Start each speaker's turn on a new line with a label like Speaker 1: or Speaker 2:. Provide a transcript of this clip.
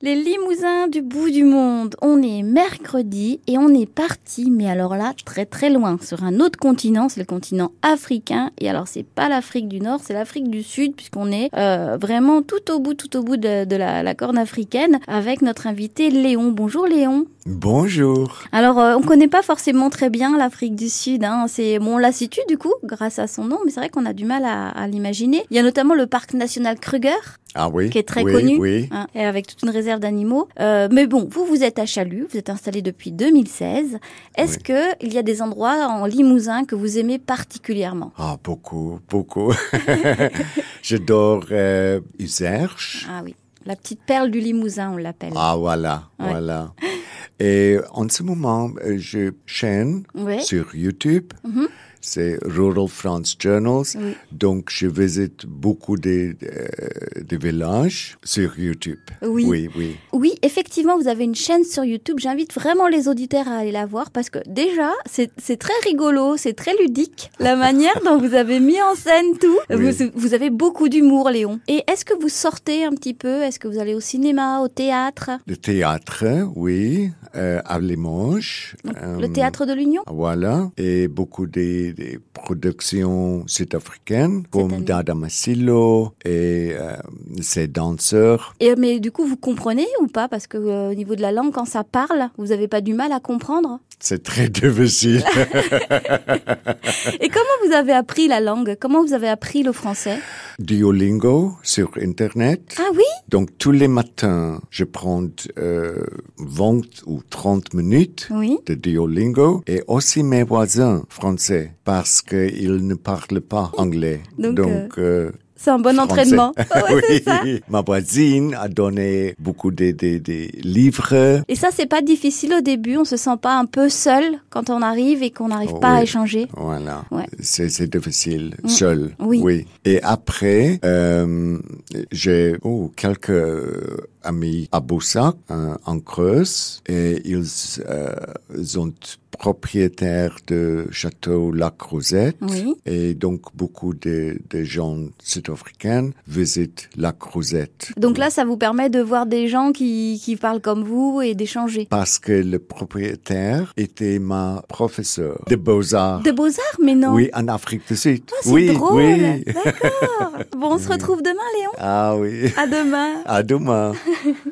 Speaker 1: Les limousins du bout du monde. On est mercredi et on est parti, mais alors là, très très loin, sur un autre continent, c'est le continent africain. Et alors, c'est pas l'Afrique du Nord, c'est l'Afrique du Sud, puisqu'on est euh, vraiment tout au bout, tout au bout de, de la, la corne africaine, avec notre invité Léon. Bonjour Léon.
Speaker 2: Bonjour.
Speaker 1: Alors, euh, on connaît pas forcément très bien l'Afrique du Sud. Hein. C'est bon, on la situe du coup grâce à son nom, mais c'est vrai qu'on a du mal à, à l'imaginer. Il y a notamment le parc national Kruger,
Speaker 2: Ah oui.
Speaker 1: qui est très
Speaker 2: oui,
Speaker 1: connu,
Speaker 2: Oui.
Speaker 1: hein, et avec toute une réserve d'animaux. Euh, mais bon, vous vous êtes à Chalut, vous êtes installé depuis 2016. Est-ce
Speaker 2: Oui.
Speaker 1: que il y a des endroits en Limousin que vous aimez particulièrement
Speaker 2: Ah, beaucoup, beaucoup. J'adore euh, Userche.
Speaker 1: Ah oui, la petite perle du Limousin, on l'appelle.
Speaker 2: Ah, voilà,
Speaker 1: Ouais.
Speaker 2: voilà. Et en ce moment, euh, je chaîne
Speaker 1: Ouais.
Speaker 2: sur YouTube.
Speaker 1: Mhm.
Speaker 2: C'est Rural France Journals.
Speaker 1: Oui.
Speaker 2: Donc, je visite beaucoup des euh, des villages sur YouTube.
Speaker 1: Oui.
Speaker 2: Oui, oui.
Speaker 1: Oui, effectivement, vous avez une chaîne sur YouTube. J'invite vraiment les auditeurs à aller la voir parce que déjà, c'est c'est très rigolo, c'est très ludique la manière dont vous avez mis en scène tout.
Speaker 2: Oui.
Speaker 1: Vous, vous avez beaucoup d'humour, Léon. Et est-ce que vous sortez un petit peu Est-ce que vous allez au cinéma, au théâtre
Speaker 2: Le théâtre, oui, euh, à Limoges.
Speaker 1: Le
Speaker 2: euh,
Speaker 1: théâtre de l'Union
Speaker 2: Voilà, et beaucoup des, des productions sud-africaines comme
Speaker 1: année.
Speaker 2: Dada Masilo et euh, ses danseurs.
Speaker 1: et, euh, mais du coup, vous comprenez ou pas Parce que euh, au niveau de la langue, quand ça parle, vous n'avez pas du mal à comprendre.
Speaker 2: C'est très difficile.
Speaker 1: Et comment vous avez appris la langue Comment vous avez appris le français
Speaker 2: Duolingo sur Internet.
Speaker 1: Ah oui
Speaker 2: Donc tous les matins, je prends euh, 20 ou 30 minutes
Speaker 1: Oui.
Speaker 2: de Duolingo et aussi mes voisins français parce qu'ils ne parlent pas anglais.
Speaker 1: Donc,
Speaker 2: euh,
Speaker 1: C'est un bon
Speaker 2: Français.
Speaker 1: entraînement. Ouais, c'est ça.
Speaker 2: oui. Ma voisine a donné beaucoup de, de- de livres.
Speaker 1: Et ça, c'est pas difficile au début. On se sent pas un peu seul quand on arrive et qu'on n'arrive
Speaker 2: Oh,
Speaker 1: pas à
Speaker 2: oui.
Speaker 1: échanger.
Speaker 2: Voilà.
Speaker 1: Ouais.
Speaker 2: C'est c'est difficile,
Speaker 1: Mm.
Speaker 2: seul.
Speaker 1: Oui.
Speaker 2: Et après, euh, j'ai oh, quelques amis à Boussac, hein, en Creuse, et ils euh, sont propriétaires de château La Crozette.
Speaker 1: Oui.
Speaker 2: Et donc, beaucoup de, de gens sud-africains visitent La Crozette.
Speaker 1: Donc là, ça vous permet de voir des gens qui, qui parlent comme vous et d'échanger.
Speaker 2: parce que le propriétaire était ma professeur de beaux-arts.
Speaker 1: De beaux-arts, mais non.
Speaker 2: Ah. Oui, en Afrique du Sud.
Speaker 1: Ah, c'est
Speaker 2: oui,
Speaker 1: drôle.
Speaker 2: oui.
Speaker 1: D'accord. Bon, on se retrouve demain, Léon.
Speaker 2: Ah oui.
Speaker 1: À demain.
Speaker 2: À demain.